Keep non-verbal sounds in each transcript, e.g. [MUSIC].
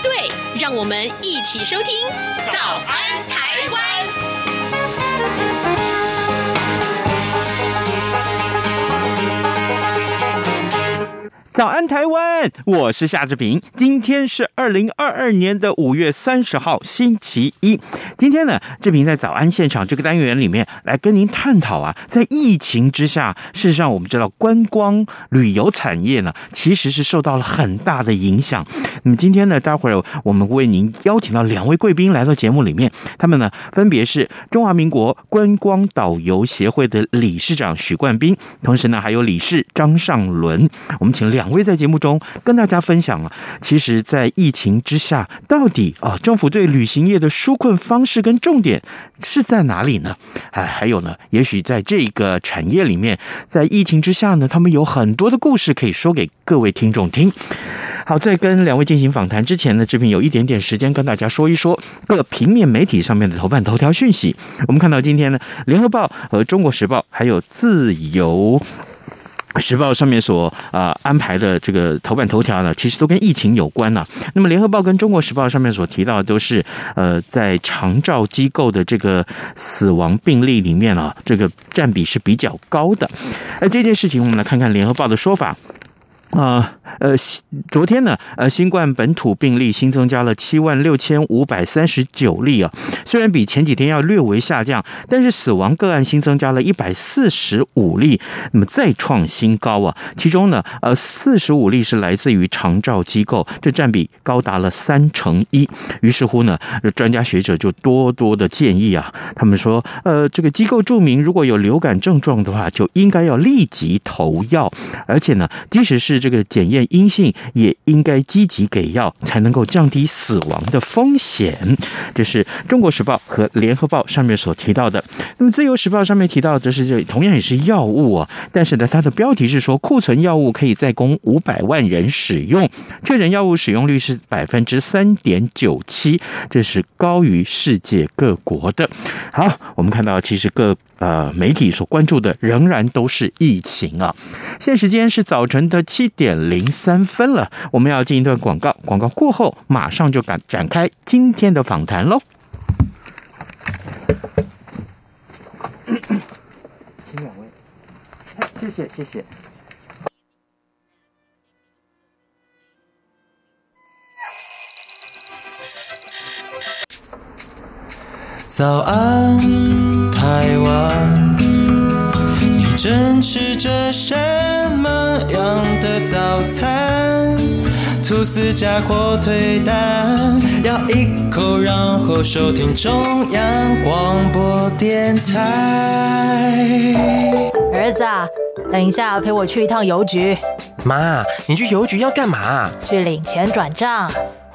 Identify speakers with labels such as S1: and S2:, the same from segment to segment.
S1: 对，让我们一起收听《早安台湾》。
S2: 早安，台湾！我是夏志平。今天是二零二二年的五月三十号，星期一。今天呢，志平在早安现场这个单元里面来跟您探讨啊，在疫情之下，事实上我们知道观光旅游产业呢，其实是受到了很大的影响。那么今天呢，待会儿我们为您邀请到两位贵宾来到节目里面，他们呢分别是中华民国观光导游协会的理事长许冠斌，同时呢还有理事张尚伦。我们请两位在节目中跟大家分享啊，其实，在疫情之下，到底啊，政府对旅行业的纾困方式跟重点是在哪里呢？哎，还有呢，也许在这个产业里面，在疫情之下呢，他们有很多的故事可以说给各位听众听。好，在跟两位进行访谈之前呢，志平有一点点时间跟大家说一说各平面媒体上面的头版头条讯息。我们看到今天呢，《联合报》和《中国时报》还有《自由》。时报上面所啊、呃安排的这个头版头条呢，其实都跟疫情有关呐、那么，《联合报》跟《中国时报》上面所提到的都是呃，在长照机构的这个死亡病例里面啊，这个占比是比较高的。而这件事情，我们来看看《联合报》的说法。啊呃，西昨天呢，呃，新冠本土病例新增加了七万六千五百三十九例啊，虽然比前几天要略微下降，但是死亡个案新增加了一百四十五例，那么再创新高啊。其中呢，呃，四十五例是来自于长照机构，这占比高达了三成一。于是乎呢，呃专家学者就多多的建议啊，他们说，呃，这个机构注明如果有流感症状的话，就应该要立即投药，而且呢，即使是这个检验阴性，也应该积极给药，才能够降低死亡的风险。这是《中国时报》和《联合报》上面所提到的。那么，《自由时报》上面提到的是，这同样也是药物啊，但是呢，它的标题是说库存药物可以再供五百万人使用，确诊药物使用率是百分之三点九七，这是高于世界各国的。好，我们看到其实各呃媒体所关注的仍然都是疫情啊。现在时间是早晨的七点零三分了，我们要进一段广告，广告过后马上就展展开今天的访谈喽。请两位，哎谢谢谢谢。
S3: 早安，台湾，你正吃着什么样的早餐？吐司加火腿蛋，咬一口，然后收听中央广播电台。
S4: 儿子啊，等一下陪我去一趟邮局，
S3: 妈，你去邮局要干嘛？
S4: 去领钱转账。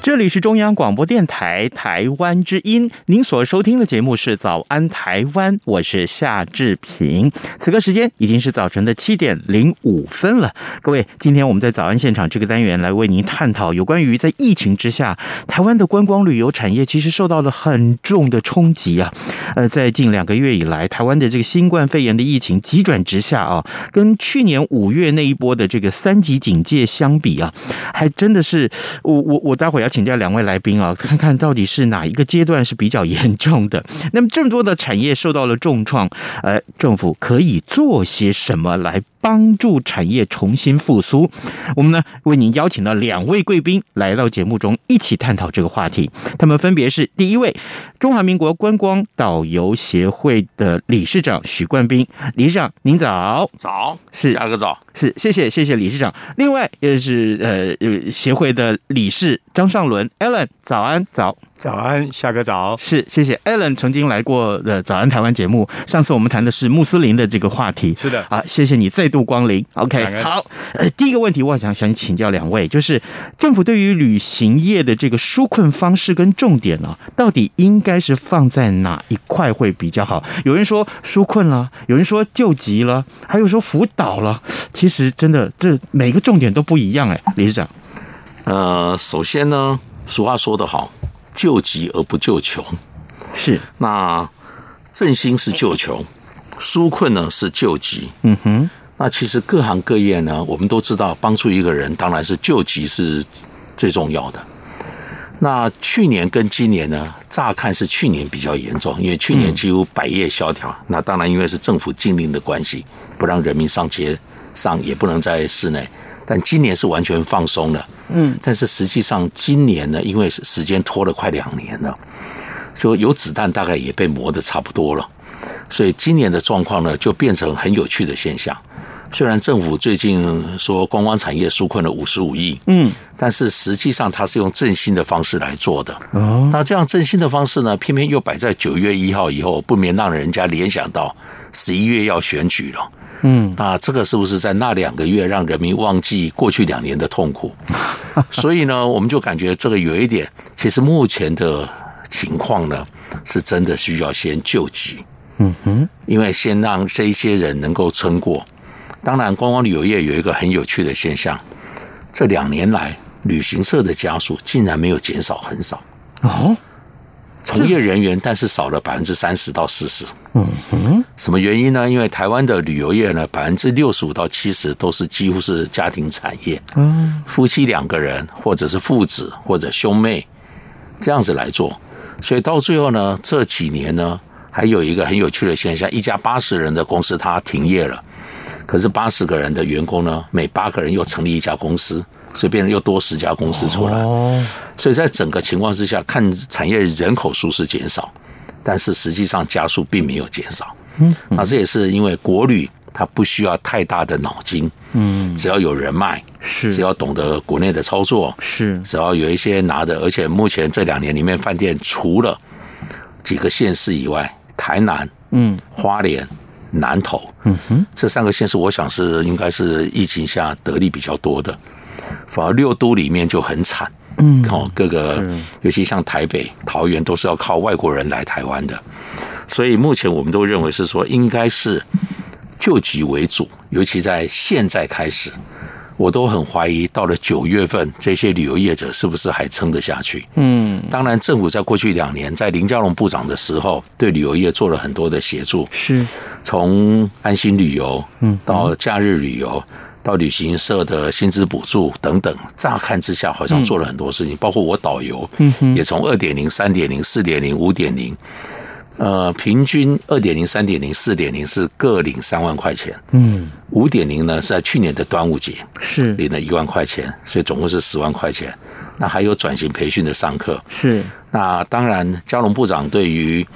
S2: 这里是中央广播电台台湾之音，您所收听的节目是《早安台湾》，我是夏志平。此刻时间已经是早晨的七点零五分了，各位，今天我们在早安现场这个单元来为您探讨有关于在疫情之下，台湾的观光旅游产业其实受到了很重的冲击啊。呃，在近两个月以来，台湾的这个新冠肺炎的疫情急转直下啊，跟去年五月那一波的这个三级警戒相比啊，还真的是我我我待会儿要请教两位来宾啊，看看到底是哪一个阶段是比较严重的。那么这么多的产业受到了重创，呃，政府可以做些什么来帮助产业重新复苏？我们呢为您邀请了两位贵宾来到节目中一起探讨这个话题，他们分别是第一位中华民国观光导游协会的理事长许冠斌，理事长您早。
S5: 早
S2: 是
S5: 下个早，
S2: 是，谢谢谢谢理事长。另外也是呃呃协会的理事张尚伦 Alan，早安早。
S6: 早安，下个早。
S2: 是，谢谢 Alan 曾经来过的《早安台湾》节目，上次我们谈的是穆斯林的这个话题。
S6: 是的
S2: 啊，谢谢你再度光临。
S6: 感
S2: OK，
S6: 恩
S2: 好，呃，第一个问题我想想请教两位，就是政府对于旅行业的这个纾困方式跟重点啊，到底应该是放在哪一块会比较好？有人说纾困了，有人说救急了，还有说辅导了，其实真的这每个重点都不一样哎，理事长
S5: 呃，首先呢，俗话说得好，救急而不救穷。
S2: 是，
S5: 那振兴是救穷，纾困呢是救急。
S2: 嗯哼，
S5: 那其实各行各业呢，我们都知道，帮助一个人当然是救急是最重要的。那去年跟今年呢，乍看是去年比较严重，因为去
S2: 嗯
S5: 年几乎百业萧条。那当然，因为是政府禁令的关系，不让人民上街上，也不能在室内。但今年是完全放松了，嗯。但是实际上，今年呢，因为时间拖了快两年了，就有子弹大概也被磨得差不多了。所以今年的状况呢，就变成很有趣的现象。虽然政府最近说观光产业纾困了五十五亿，嗯，但是实际上它是用振兴的方式来做的。哦，那这样振兴的方式呢，偏偏又摆在九月一号以后，不免让人家联想到十一月要选举了。嗯，那这个是不是在那两个月让人民忘记过去两年的痛苦？ [LAUGHS] 所以呢，我们就感觉这个有一点，其实目前的情况呢，是真的需要先救急。因为先让这一些人能够撑过。当然，观光旅游业有一个很有趣的现象，这两年来旅行社的家数竟然没有减少，很少。
S2: 哦，
S5: 从业人员，但是少了百分之三十到四十。嗯哼，什么原因呢？因为台湾的旅游业呢，百分之六十五到七十都是几乎是家庭产业，嗯，夫妻两个人，或者是父子或者兄妹这样子来做，所以到最后呢，这几年呢，还有一个很有趣的现象，一家八十人的公司它停业了。可是八十个人的员工呢，每八个人又成立一家公司，所以变成又多十家公司出来。所以在整个情况之下，看产业人口数是减少，但是实际上家数并没有减少。嗯，那这也是因为国旅它不需要太大的脑筋，嗯，只要有人脉，
S2: 是
S5: 只要懂得国内的操作，
S2: 是
S5: 只要有一些拿的，而且目前这两年里面，饭店除了几个县市以外，台南、嗯、花莲、南投，嗯哼，这三个县市，我想是应该是疫情下得利比较多的，反而六都里面就很惨。嗯，哦，各个，尤其像台北、桃园，都是要靠外国人来台湾的，所以目前我们都认为是说，应该是救急为主，尤其在现在开始，我都很怀疑到了九月份，这些旅游业者是不是还撑得下去？嗯，当然，政府在过去两年，在林佳龙部长的时候，对旅游业做了很多的协助，
S2: 是，
S5: 从安心旅游，嗯，到假日旅游，到旅行社的薪资补助等等，乍看之下好像做了很多事情，包括我导游，嗯，也从二点零、三点零、四点零、五点零。呃，平均二点零、三点零、四点零是各领三万块钱，嗯，五点零呢是在去年的端午节
S2: 是
S5: 领了一万块钱，所以总共是十万块钱。那还有转型培训的上课，
S2: 是，
S5: 那当然，交龙部长对于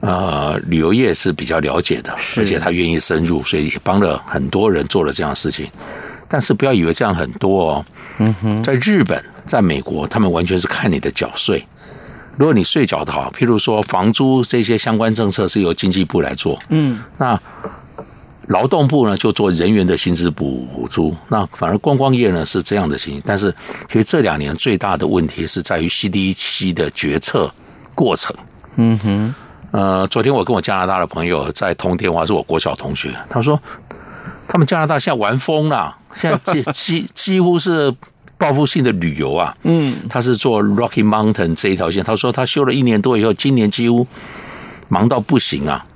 S5: 呃旅游业是比较了解的，而且他愿意深入，所以也帮了很多人做了这样的事情。但是不要以为这样很多哦，嗯哼，在日本、在美国，他们完全是看你的缴税。如果你税缴的好，譬如说房租这些相关政策是由经济部来做，嗯，那劳动部呢就做人员的薪资补补助，那反而观光业呢是这样的情形。但是其实这两年最大的问题是在于 CDC 的决策过程。嗯哼，呃，昨天我跟我加拿大的朋友在通电话，是我国小同学，他说他们加拿大现在玩疯了，现在 [LAUGHS] 几几几乎是。报复性的旅游啊，嗯，他是做 Rocky Mountain 这一条线，他说他修了一年多以后，今年几乎忙到不行啊，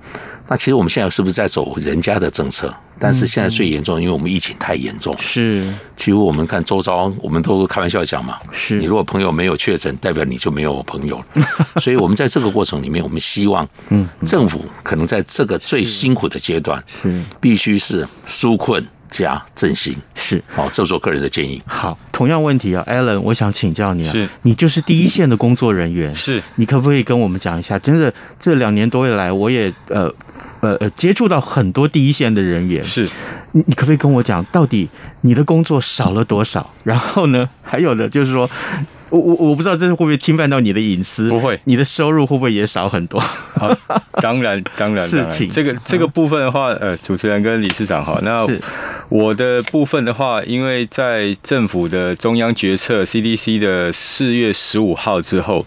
S5: 那其实我们现在是不是在走人家的政策？但是现在最严重，因为我们疫情太严重。
S2: 是
S5: 几乎我们看周遭，我们都开玩笑讲嘛，
S2: 是
S5: 你如果朋友没有确诊，代表你就没有朋友了。所以我们在这个过程里面，我们希望，嗯，政府可能在这个最辛苦的阶段，
S2: 是
S5: 必须是纾困加振兴。
S2: 是。
S5: 好，这是我个人的建议。
S2: 好，同样问题啊，Alan，我想请教你啊，
S6: 是
S2: 你就是第一线的工作人员，
S6: 是
S2: 你可不可以跟我们讲一下？真的，这两年多以来，我也呃呃呃接触到很多第一线的人员，
S6: 是，
S2: 你你可不可以跟我讲，到底你的工作少了多少？然后呢， [LAUGHS] 还有的就是说，我我我不知道这会不会侵犯到你的隐私，
S6: 不会
S2: 你的收入会不会也少很多？
S6: 好，当然，当
S2: [LAUGHS]
S6: 然，
S2: 事
S6: 当然
S2: 情
S6: 这个这个部分的话，呃，主持人跟理事长好，那
S2: 是
S6: 我的部分的话，因为在政府的中央决策 CDC 的四月十五号之后，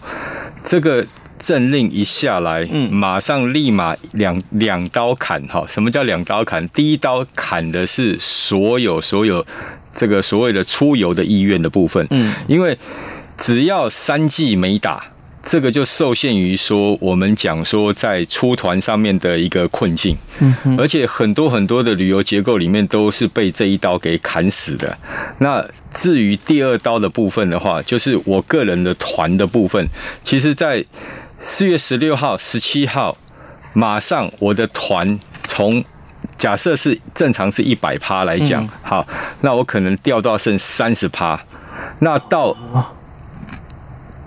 S6: 这个。政令一下来，
S2: 嗯
S6: 马上立马两两刀砍哈。什么叫两刀砍？第一刀砍的是所有所有这个所谓的出游的意愿的部分，
S2: 嗯，
S6: 因为只要三剂没打，这个就受限于说我们讲说在出团上面的一个困境，嗯、而且很多很多的旅游结构里面都是被这一刀给砍死的。那至于第二刀的部分的话，就是我个人的团的部分，其实在四月十六号、十七号，马上我的团从假设是正常是一百趴来讲，好，那我可能掉到剩三十趴，那到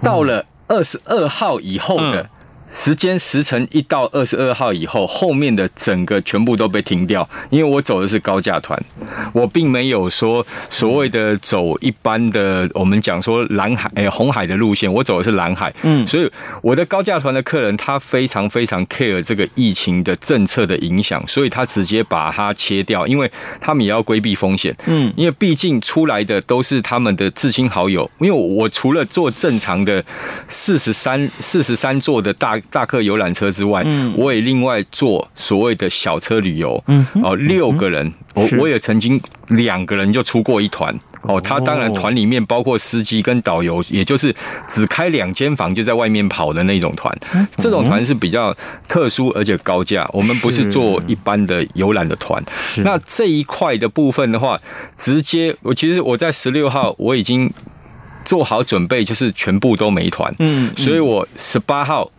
S6: 到了二十二号以后的。
S2: 嗯
S6: 时间时辰一到二十二号以后，后面的整个全部都被停掉，因为我走的是高价团，我并没有说所谓的走一般的我们讲说蓝海诶、红海的路线，我走的是蓝海，嗯，所以我的高价团的客人他非常非常 care 这个疫情的政策的影响，所以他直接把它切掉，因为他们也要规避风险，嗯，因为毕竟出来的都是他们的至亲好友，因为我除了做正常的四十三四十三座的大大客游览车之外，嗯，我也另外做所谓的小车旅游，嗯，哦，六个人，我
S2: 是
S6: 嗯我也曾经两个人就出过一团。哦，他当然团里面包括司机跟导游，也就是只开两间房就在外面跑的那种团。这种团是比较特殊而且高价，我们不是
S2: 是
S6: 做一般的游览的团。那这一块的部分的话，直接我其实我在十六号我已经做好准备，就是全部都没团，
S2: 嗯嗯
S6: 所以我十八号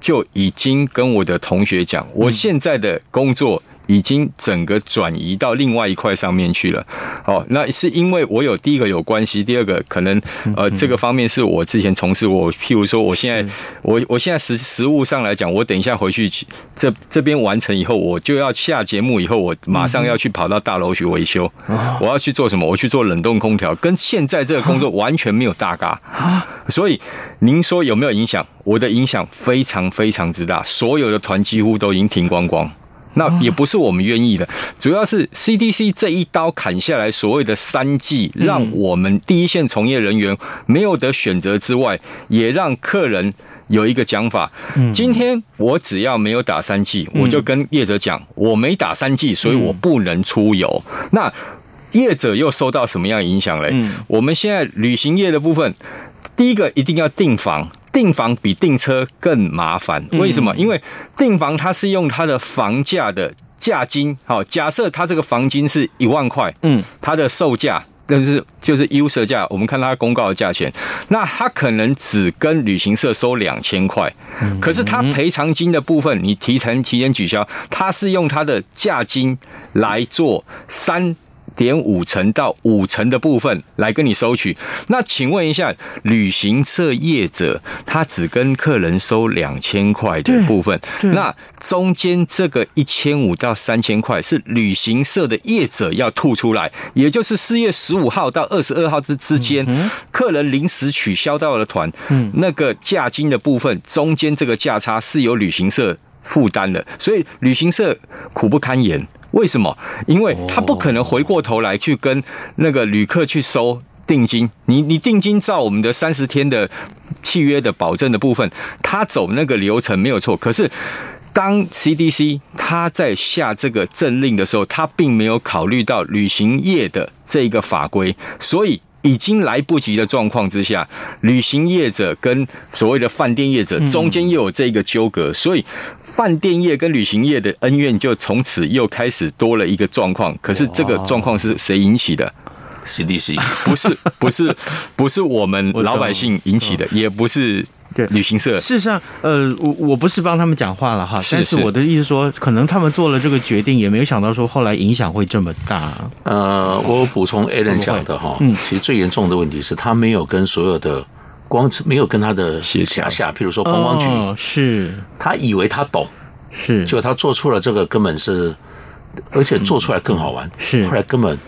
S6: 就已经跟我的同学讲，我现在的工作。已经整个转移到另外一块上面去了，哦，那是因为我有第一个有关系，第二个可能呃这个方面是我之前从事过，我譬如说我现在我我现在实实务上来讲，我等一下回去这这边完成以后，我就要下节目以后，我马上要去跑到大楼去维修，我要去做什么？我去做冷冻空调，跟现在这个工作完全没有搭嘎。所以您说有没有影响？我的影响非常非常之大，所有的团几乎都已经停光光。那也不是我们愿意的，主要是 CDC 这一刀砍下来，所谓的三季，让我们第一线从业人员没有得选择之外，也让客人有一个讲法。今天我只要没有打三季，我就跟业者讲，我没打三季，所以我不能出游。那业者又受到什么样的影响嘞？我们现在旅行业的部分，第一个一定要订房。订房比订车更麻烦，为什么？因为订房它是用它的房价的价金，好，假设它这个房金是一万块，
S2: 嗯，
S6: 它的售价，但是就是 user 价，我们看它公告的价钱，那它可能只跟旅行社收两千块，可是它赔偿金的部分，你提成提前取消，它是用它的价金来做三。点五成到五成的部分来跟你收取。那请问一下，旅行社业者他只跟客人收两千块的部分，那中间这个一千五到三千块是旅行社的业者要吐出来，也就是四月十五号到二十二号之之间，客人临时取消到了团，那个价金的部分中间这个价差是由旅行社负担的，所以旅行社苦不堪言。为什么？因为他不可能回过头来去跟那个旅客去收。定金，你你定金照我们的三十天的契约的保证的部分，他走那个流程没有错。可是当 CDC 他在下这个政令的时候，他并没有考虑到旅行业的这个法规，所以。已经来不及的状况之下，旅行业者跟所谓的饭店业者中间又有这个纠葛，所以饭店业跟旅行业的恩怨就从此又开始多了一个状况。可是这个状况是谁引起的？
S5: CDC
S6: 不是不是不是我们老百姓引起的，也不是
S2: 对
S6: 旅行社。
S2: 事实上，呃，我我不是帮他们讲话了哈，
S6: 是
S2: 但是
S6: 是
S2: 我的意思说，可能他们做了这个决定，也没有想到说后来影响会这么大。
S5: 呃，我补充 Alan 讲的哈，
S2: 嗯
S5: 其实最严重的问题是他没有跟所有的光没有跟他的
S6: 协调
S5: 辖下，譬如说观光局，
S2: 哦、是
S5: 他以为他懂，
S2: 是，
S5: 结果他做出了这个根本是，而且做出来更好玩，
S2: 是
S5: 后来根本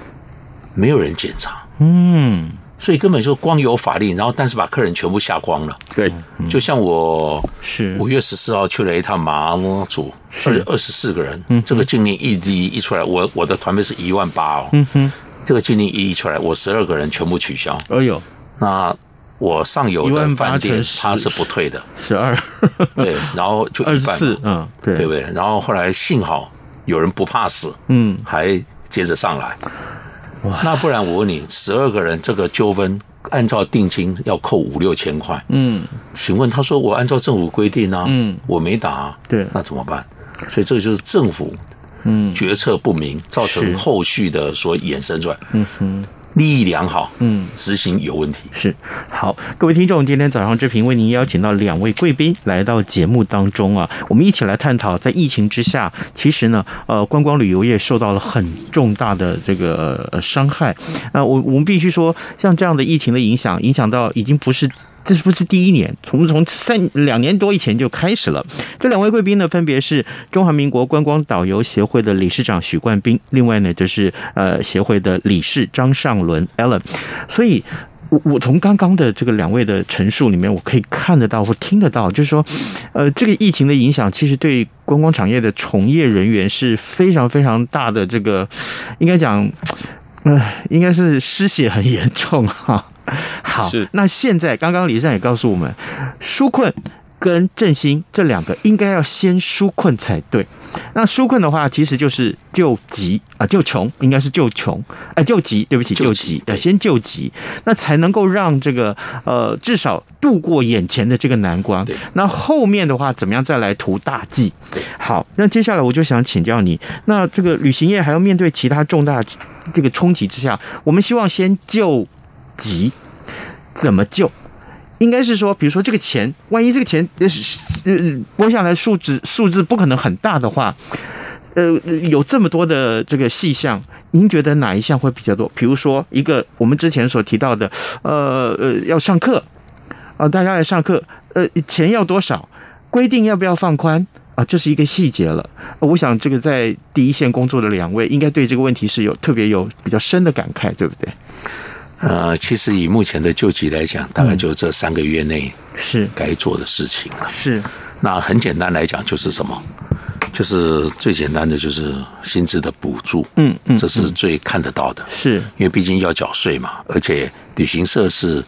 S5: 没有人检查，
S2: 嗯
S5: 所以根本就光有法令，然后但是把客人全部吓光了。
S6: 对，
S5: 就像我
S2: 是
S5: 五月十四号去了一趟马祖，二二十四个人，这个禁令一一一出来，我我的团费是一万八哦，
S2: 嗯哼，
S5: 这个禁令一一出来，我十二个人全部取消。
S2: 哎呦
S5: 那我上游的
S2: 18,000
S5: 饭店
S2: 乘十
S5: 它是不退的，
S2: 十二
S5: 对，然后 [LAUGHS] 就
S2: 二
S5: 一
S2: 十
S5: 半
S2: 四
S5: 嘛，，
S2: 嗯
S5: 对不
S2: 对
S5: 对？然后后来幸好有人不怕死，
S2: 嗯
S5: 还接着上来。那不然我问你，十二个人这个纠纷，按照定金要扣五六千块，
S2: 嗯
S5: 请问他说我按照政府规定啊，
S2: 嗯，
S5: 我没打、啊，
S2: 对
S5: 那怎么办？所以这个就是政府
S2: 嗯
S5: 决策不明，造成
S2: 是
S5: 后续的所衍生出来，
S2: 嗯哼
S5: 利益良好，
S2: 嗯。
S5: 执行有问题。
S2: 是好，各位听众，今天早上志平为您邀请到两位贵宾来到节目当中啊，我们一起来探讨，在疫情之下，其实呢，呃，观光旅游业受到了很重大的这个呃伤害。那、我我们必须说，像这样的疫情的影响，影响到已经不是。这是不是第一年？从从三两年多以前就开始了。这两位贵宾呢，分别是中华民国观光导游协会的理事长许冠斌，另外呢就是呃协会的理事张尚伦 Allen。所以，我我从刚刚的这个两位的陈述里面，我可以看得到或听得到，就是说，呃，这个疫情的影响其实对观光产业的从业人员是非常非常大的，这个应该讲，呃，应该是失血很严重哈、好
S6: 是，
S2: 那现在刚刚李善也告诉我们，纾困。跟振兴这两个应该要先纾困才对。那纾困的话，其实就是救急啊，救穷应该是救穷，啊，救急，对不起，救
S5: 救
S2: 急
S5: 急，
S2: 要
S5: 对
S2: 先救急，那才能够让这个呃至少度过眼前的这个难关
S5: 对。
S2: 那后面的话，怎么样再来图大计？好，那接下来我就想请教你，那这个旅行业还要面对其他重大这个冲击之下，我们希望先救急，怎么救？应该是说，比如说这个钱，万一这个钱呃是呃拨下来数值数字不可能很大的话，呃，有这么多的这个细项，您觉得哪一项会比较多？比如说一个我们之前所提到的，呃呃，要上课啊、大家来上课，呃，钱要多少？规定要不要放宽啊？这是一个细节了。呃我想这个在第一线工作的两位，应该对这个问题是有特别有比较深的感慨，对不对？
S5: 呃，其实以目前的救急来
S2: 嗯
S5: 讲，大概就这三个月内
S2: 是
S5: 该做的事情了。
S2: 是，
S5: 那很简单来讲，就是什么？就是最简单的就是薪资的补助，
S2: 嗯嗯
S5: 这是最看得到的，
S2: 是
S5: 因为毕竟要缴税嘛，而且旅行社是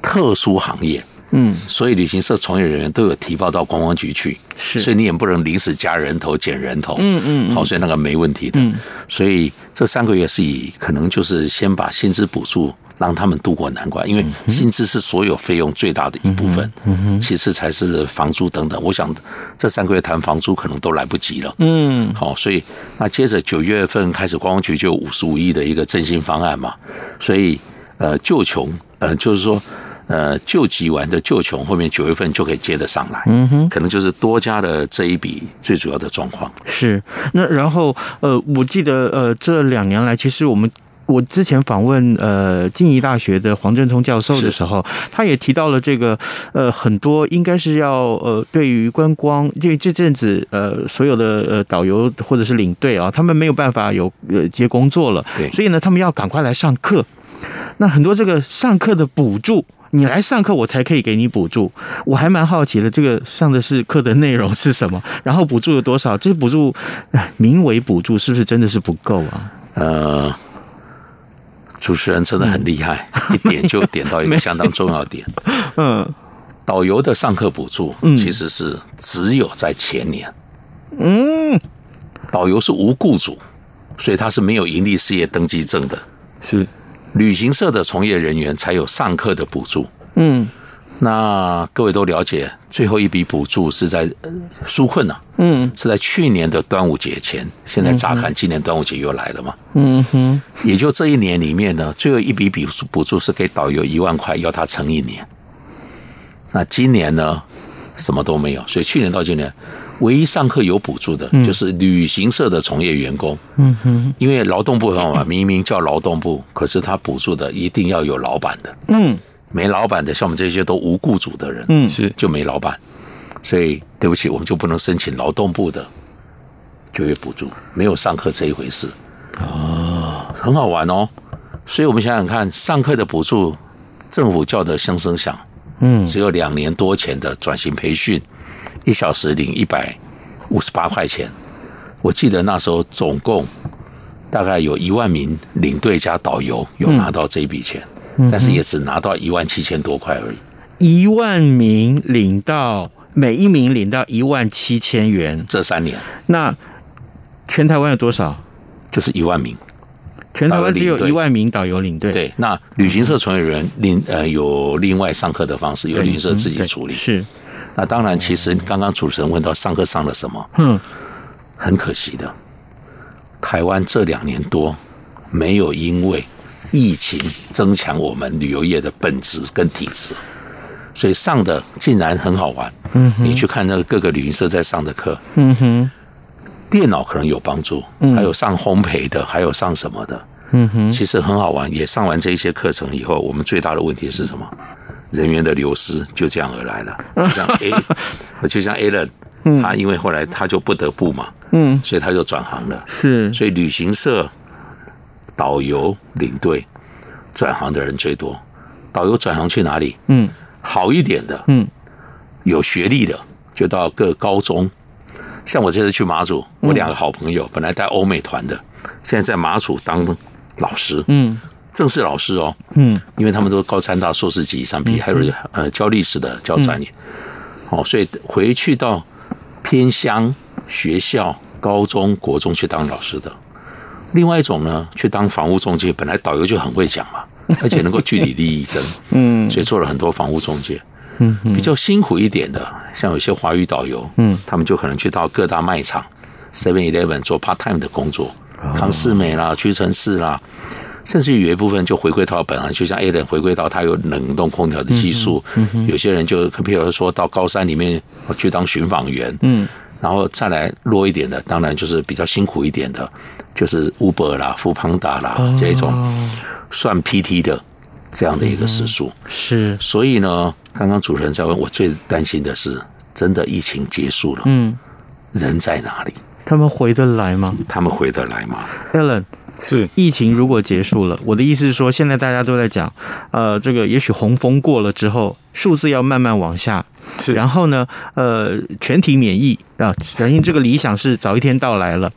S5: 特殊行业，
S2: 嗯
S5: 所以旅行社从业人员都有提报到观光局去，
S2: 是
S5: 所以你也不能临时加人头减人头，
S2: 嗯嗯嗯嗯
S5: 好，所以那个没问题的，所以这三个月是以可能就是先把薪资补助。让他们渡过难关，
S2: 嗯
S5: 因为薪资是所有费用最大的一部分，其次才是房租等等。我想这三个月谈房租可能都来不及了。
S2: 嗯
S5: 好、所以那接着九月份开始，观光局就有五十五亿的一个振兴方案嘛，所以呃救穷，呃就是说呃救急完的救穷，后面九月份就可以接得上来，嗯哼，可能就是多加了这一笔最主要的状况。
S2: 是。那然后呃，我记得呃，这两年来，其实我们。我之前访问呃静宜大学的黄振聪教授的
S5: 是
S2: 时候，他也提到了这个呃很多应该是要呃对于观光，因为这阵子呃所有的呃导游或者是领队啊，他们没有办法有呃接工作了，
S5: 对
S2: 所以呢他们要赶快来上课。那很多这个上课的补助，你来上课我才可以给你补助。我还蛮好奇的，这个上的是课的内容是什么，然后补助有多少？这补助，哎，名为补助，是不是真的是不够啊？
S5: 呃，主持人真的很厉害，一点就点到一个相当重要的点。
S2: 嗯
S5: 导游的上课补助
S2: 嗯
S5: 其实是只有在前年，嗯，导游是无雇主，所以他是没有盈利事业登记证的。
S2: 是，
S5: 旅行社的从业人员才有上课的补助。
S2: 嗯
S5: 那各位都了解，最后一笔补助是在呃纾困啊，
S2: 嗯
S5: 是在去年的端午节前。现在乍看今年端午节又来了嘛，
S2: 嗯哼，
S5: 也就这一年里面呢，最后一笔补助补助是给导游一万块，要他撑一年。那今年呢，什么都没有，所以去年到今年，唯一上课有补助的就是旅行社的从业员工。嗯哼，因为劳动部很好玩，明明叫劳动部，可是他补助的一定要有老板的。
S2: 嗯
S5: 没老板的，像我们这些都无雇主的人，
S2: 嗯
S6: 是
S5: 就没老板，所以对不起，我们就不能申请劳动部的就业补助，没有上课这一回事啊，很好玩哦。所以我们想想看，上课的补助，政府叫的声声响，
S2: 嗯
S5: 只有两年多前的转型培训，一小时领一百五十八块钱，我记得那时候总共大概有一万名领队加导游有拿到这一笔钱，但是也只拿到一万七千多块而已。
S2: 一万名领到每一名领到一万七千元，
S5: 这三年
S2: 那全台湾有多少？
S5: 就是一万名，
S2: 全台湾只有
S5: 导游领队
S2: 一万名导游领队，嗯
S5: 对。那旅行社从业人员另呃有另外上课的方式，由
S2: 对，嗯
S5: 旅行社自己
S2: 对
S5: 处理。
S2: 是，
S5: 那当然，其实刚刚主持人问到上课上了什么，
S2: 嗯
S5: 很可惜的，台湾这两年多没有因为疫情增强我们旅游业的本质跟体质，所以上的竟然很好玩。嗯，你去看那个各个旅行社在上的课，
S2: 嗯哼，
S5: 电脑可能有帮助，还有上烘焙的，还有上什么的，
S2: 嗯哼，
S5: 其实很好玩。也上完这一些课程以后，我们最大的问题是什么？人员的流失就这样而来了，
S2: 嗯
S5: 就像
S2: [LAUGHS]
S5: A，就像 A 人，他因为后来他就不得不嘛，
S2: 嗯
S5: 所以他就转行了。
S2: 是，
S5: 所以旅行社、导游、领队转行的人最多。导游转行去哪里？
S2: 嗯
S5: 好一点的，
S2: 嗯，
S5: 有学历的就到各高中。像我这次去马祖，
S2: 嗯
S5: 我两个好朋友本来带欧美团的，现在在马祖当老师，
S2: 嗯
S5: 正式老师哦，
S2: 嗯
S5: 因为他们都高参大硕士级以上毕业，还有呃教历史的教专业，
S2: 嗯
S5: 哦，所以回去到偏乡学校、高中、国中去当老师的。另外一种呢，去当房屋中介，本来导游就很会讲
S2: [LAUGHS]
S5: 嘛，而且能够据理力争，
S2: 嗯
S5: 所以做了很多房屋中介。比较辛苦一点的，像有些华语导游，嗯，他们就可能去到各大卖场 Seven Eleven 做 part time 的工作，
S2: 哦
S5: 康世美啦、屈臣氏啦，甚至于有一部分就回归到本行，就像 A 人回归到他有冷冻空调的技术，
S2: 嗯
S5: 有些人就譬如说到高山里面我去当巡访员，
S2: 嗯，
S5: 然后再来弱一点的，当然就是比较辛苦一点的，就是 Uber 啦、富邦达啦
S2: 哦
S5: 这一种算 PT 的这样的一个时数。
S2: 嗯是，
S5: 所以呢，刚刚主持人在问我最担心的是，真的疫情结束了，
S2: 嗯，
S5: 人在哪里？
S2: 他们回得来吗
S5: 他们回得来吗？
S2: ？Alan，
S6: 是
S2: 疫情如果结束了，我的意思是说，现在大家都在讲，呃，这个也许洪峰过了之后，数字要慢慢往下，
S6: 是，
S2: 然后呢，呃，全体免疫啊，相信这个理想是早一天到来了。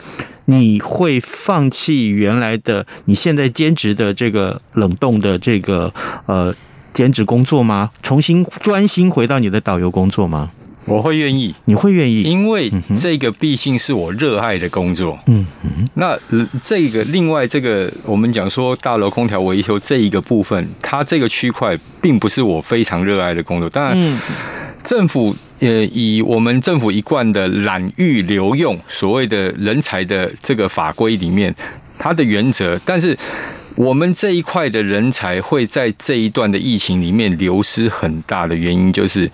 S2: 你会放弃原来的你现在兼职的这个冷冻的这个呃兼职工作吗？重新专心回到你的导游工作吗？
S6: 我会愿意。
S2: 你会愿意？
S6: 因为这个毕竟是我热爱的工作。
S2: 嗯
S6: 那呃这个另外这个我们讲说大楼空调维修这一个部分，它这个区块并不是我非常热爱的工作。当然，
S2: 嗯
S6: 政府呃以我们政府一贯的揽育留用所谓的人才的这个法规里面，它的原则，但是。我们这一块的人才会在这一段的疫情里面流失很大的原因，就是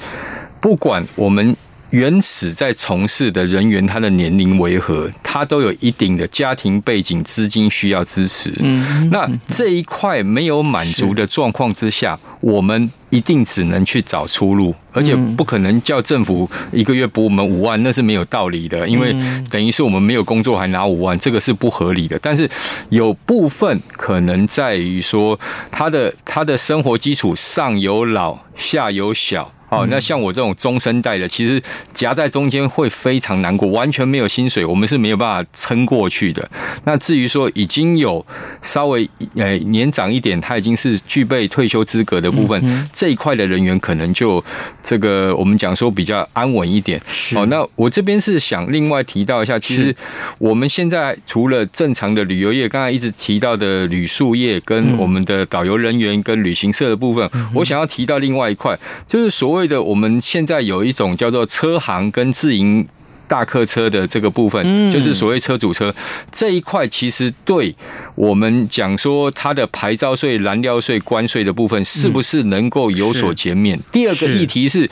S6: 不管我们原始在从事的人员他的年龄为何，他都有一定的家庭背景、资金需要支持。嗯，那这一块没有满足的状况之下，我们。一定只能去找出路，而且不可能叫政府一个月补我们五万，那是没有道理的，因为等于是我们没有工作还拿五万，这个是不合理的。但是有部分可能在于说，他的他的生活基础上有老下有小。哦，那像我这种中生代的，其实夹在中间会非常难过，完全没有薪水，我们是没有办法撑过去的。那至于说已经有稍微呃年长一点，他已经是具备退休资格的部
S2: 嗯
S6: 分，这一块的人员可能就这个我们讲说比较安稳一点。哦，那我这边是想另外提到一下，其实我们现在除了正常的旅游业，刚才一直提到的旅宿业跟我们的导游人员跟旅行社的部分，我想要提到另外一块，就是所谓。所谓的我们现在有一种叫做车行跟自营大客车的这个部分，就是所谓车主车这一块，其实对我们讲说它的牌照税、燃料税、关税的部分，是不是能够有所减免？第二个议题是。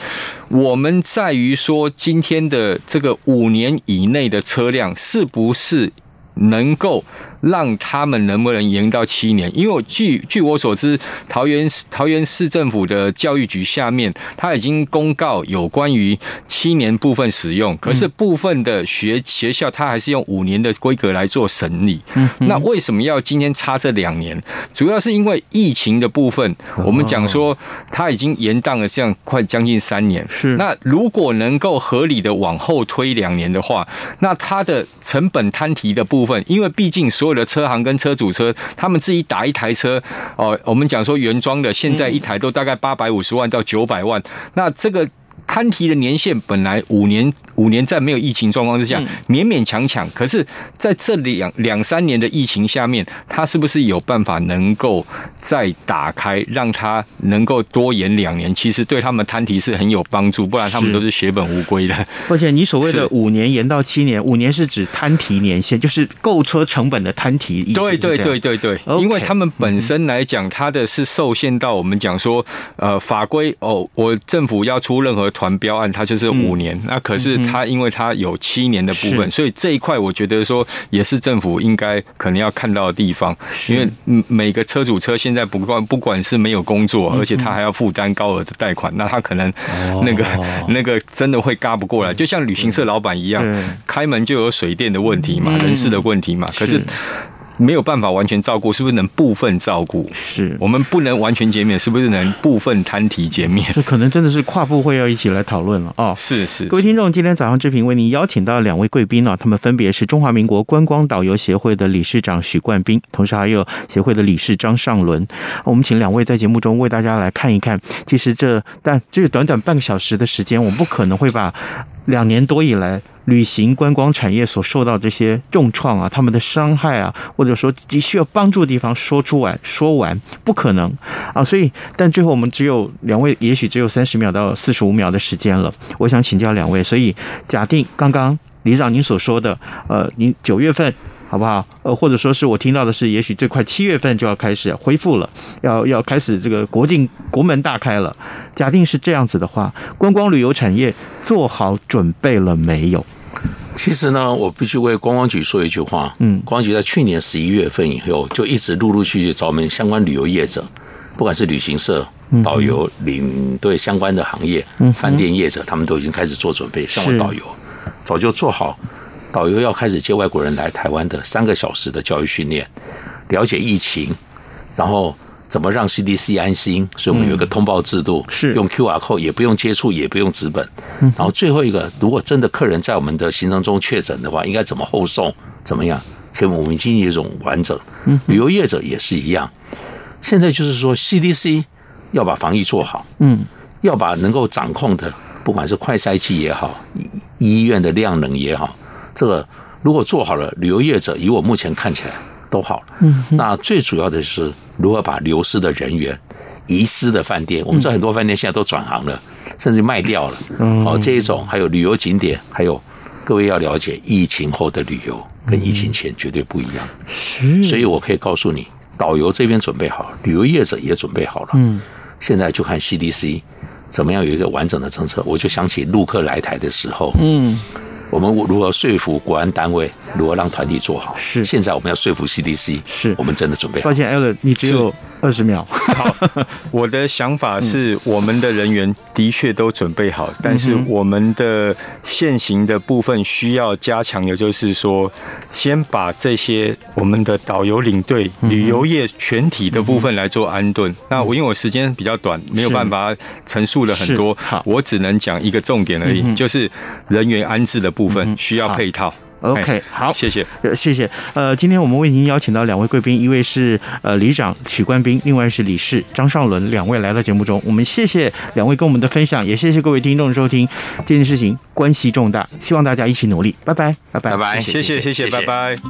S6: 我们在于说，今天的这个五年以内的车辆是不是能够让他们能不能延到七年？因为我据据我所知，桃园桃园市政府的教育局下面，他已经公告有关于七年部分使用，可是部分的学学校它还是用五年的规格来做审理。那为什么要今天差这两年？主要是因为疫情的部分，我们讲说它已经延宕了这样快将近三年。
S2: 是
S6: 那如果能够合理的往后推两年的话，那它的成本摊提的部分，因为毕竟所有的车行跟车主车，他们自己打一台车，哦，我们讲说原装的，现在一台都大概八百五十万到九百万，那这个。摊提的年限本来五年，五年在没有疫情状况之下，勉勉强强。可是，在这两两三年的疫情下面，它是不是有办法能够再打开，让它能够多延两年？其实对他们摊提是很有帮助，不然他们
S2: 是
S6: 都是血本无归的。
S2: 而且你所谓的
S6: 是
S2: 五年延到七年，五年是指摊提年限，就是购车成本的摊提意思
S6: 对
S2: 是这
S6: 对
S2: 样。
S6: 对对对
S2: OK，
S6: 因为他们本身来讲，它的是受限到我们讲说，呃，法规哦，我政府要出任何团标案，它就是五年。那可是它因为它有七年的部分，
S2: 是
S6: 所以这一块我觉得说也是政府应该可能要看到的地方，因为嗯每个车主车现在不管不管是没有工作，而且他还要负担高额的贷款，那他可能那个那个真的会嘎不过来，就像旅行社老板一样
S2: 对，
S6: 开门就有水电的问题
S2: 嗯
S6: 嘛，人事的问题嘛，可是
S2: 是。
S6: 没有办法完全照顾，是不是能部分照顾？
S2: 是
S6: 我们不能完全减免，是不是能部分摊提减免？
S2: 这可能真的是跨部会要一起来讨论了哦。
S6: 是是
S2: 各，位听众，今天早上志平为您邀请到两位贵宾呢、他们分别是中华民国观光导游协会的理事长许冠斌，同时还有协会的理事张尚伦。我们请两位在节目中为大家来看一看，其实这但这短短半个小时的时间，我们不可能会把两年多以来。旅行观光产业所受到这些重创啊，他们的伤害啊，或者说急需要帮助的地方说出来说完，不可能啊，所以但最后我们只有两位，也许只有三十秒到四十五秒的时间了，我想请教两位，所以假定刚刚李长您所说的，呃，您九月份。好不好？呃，或者说是我听到的是，也许最快七月份就要开始恢复了，要要开始这个国境国门大开了。假定是这样子的话，观光旅游产业做好准备了没有？
S5: 其实呢，我必须为观光局说一句话。
S2: 嗯
S5: 观光局在去年十一月份以后，就一直陆陆续续找我们相关旅游业者，不管是旅行社、
S6: 嗯
S5: 导游、领队相关的行业、饭店业者，他们都已经开始做准备。像我
S2: 是
S5: 导游，早就做好导游要开始接外国人来台湾的三个小时的教育训练，了解疫情，然后。怎么让 CDC 安心？所以我们有一个通报制度，
S2: 嗯是
S5: 用 QR code 也不用接触，也不用纸本。然后最后一个，如果真的客人在我们的行程中确诊的话，应该怎么后送？怎么样？所以我们已经有一种完整。
S2: 嗯
S5: 旅游业者也是一样，现在就是说 CDC 要把防疫做好，
S2: 嗯，
S5: 要把能够掌控的，不管是快筛剂也好，医医院的量能也好，这个如果做好了，旅游业者以我目前看起来都好了。嗯，那最主要的是如何把流失的人员、遗失的饭店，我们知道很多饭店现在都转行了，甚至卖掉了。哦，这一种还有旅游景点，还有各位要了解，疫情后的旅游跟疫情前绝对不一样。
S2: 嗯
S5: 所以我可以告诉你，导游这边准备好，旅游业者也准备好了。嗯，现在就看 CDC 怎么样有一个完整的政策，我就想起陆客来台的时候，嗯，我们如何说服国安单位，如何让团体做好。
S2: 是
S5: 现在我们要说服 CDC，
S2: 是
S5: 我们真的准备好
S2: 抱。歉 e l 你只有二十秒。
S6: 好，我的想法是，我们的人员的确都准备好，但是我们的现行的部分需要加强的，就是说，先把这些我们的导游领队、旅游业全体的部分来做安顿。那我因为我时间比较短，没有办法陈述了很多
S2: 是好，嗯
S6: 我只能讲一个重点而已，就是人员安置的部分需要配套。
S2: OK，
S6: 哎
S2: 好，
S6: 谢谢。
S2: 呃，谢谢。呃，今天我们为您邀请到两位贵宾，一位是呃里长许冠斌，另外是理事张尚伦，两位来到节目中，我们谢谢两位跟我们的分享，也谢谢各位听众的收听。这件事情关系重大，希望大家一起努力，拜拜，拜拜，
S6: 哎谢谢，谢谢，拜拜。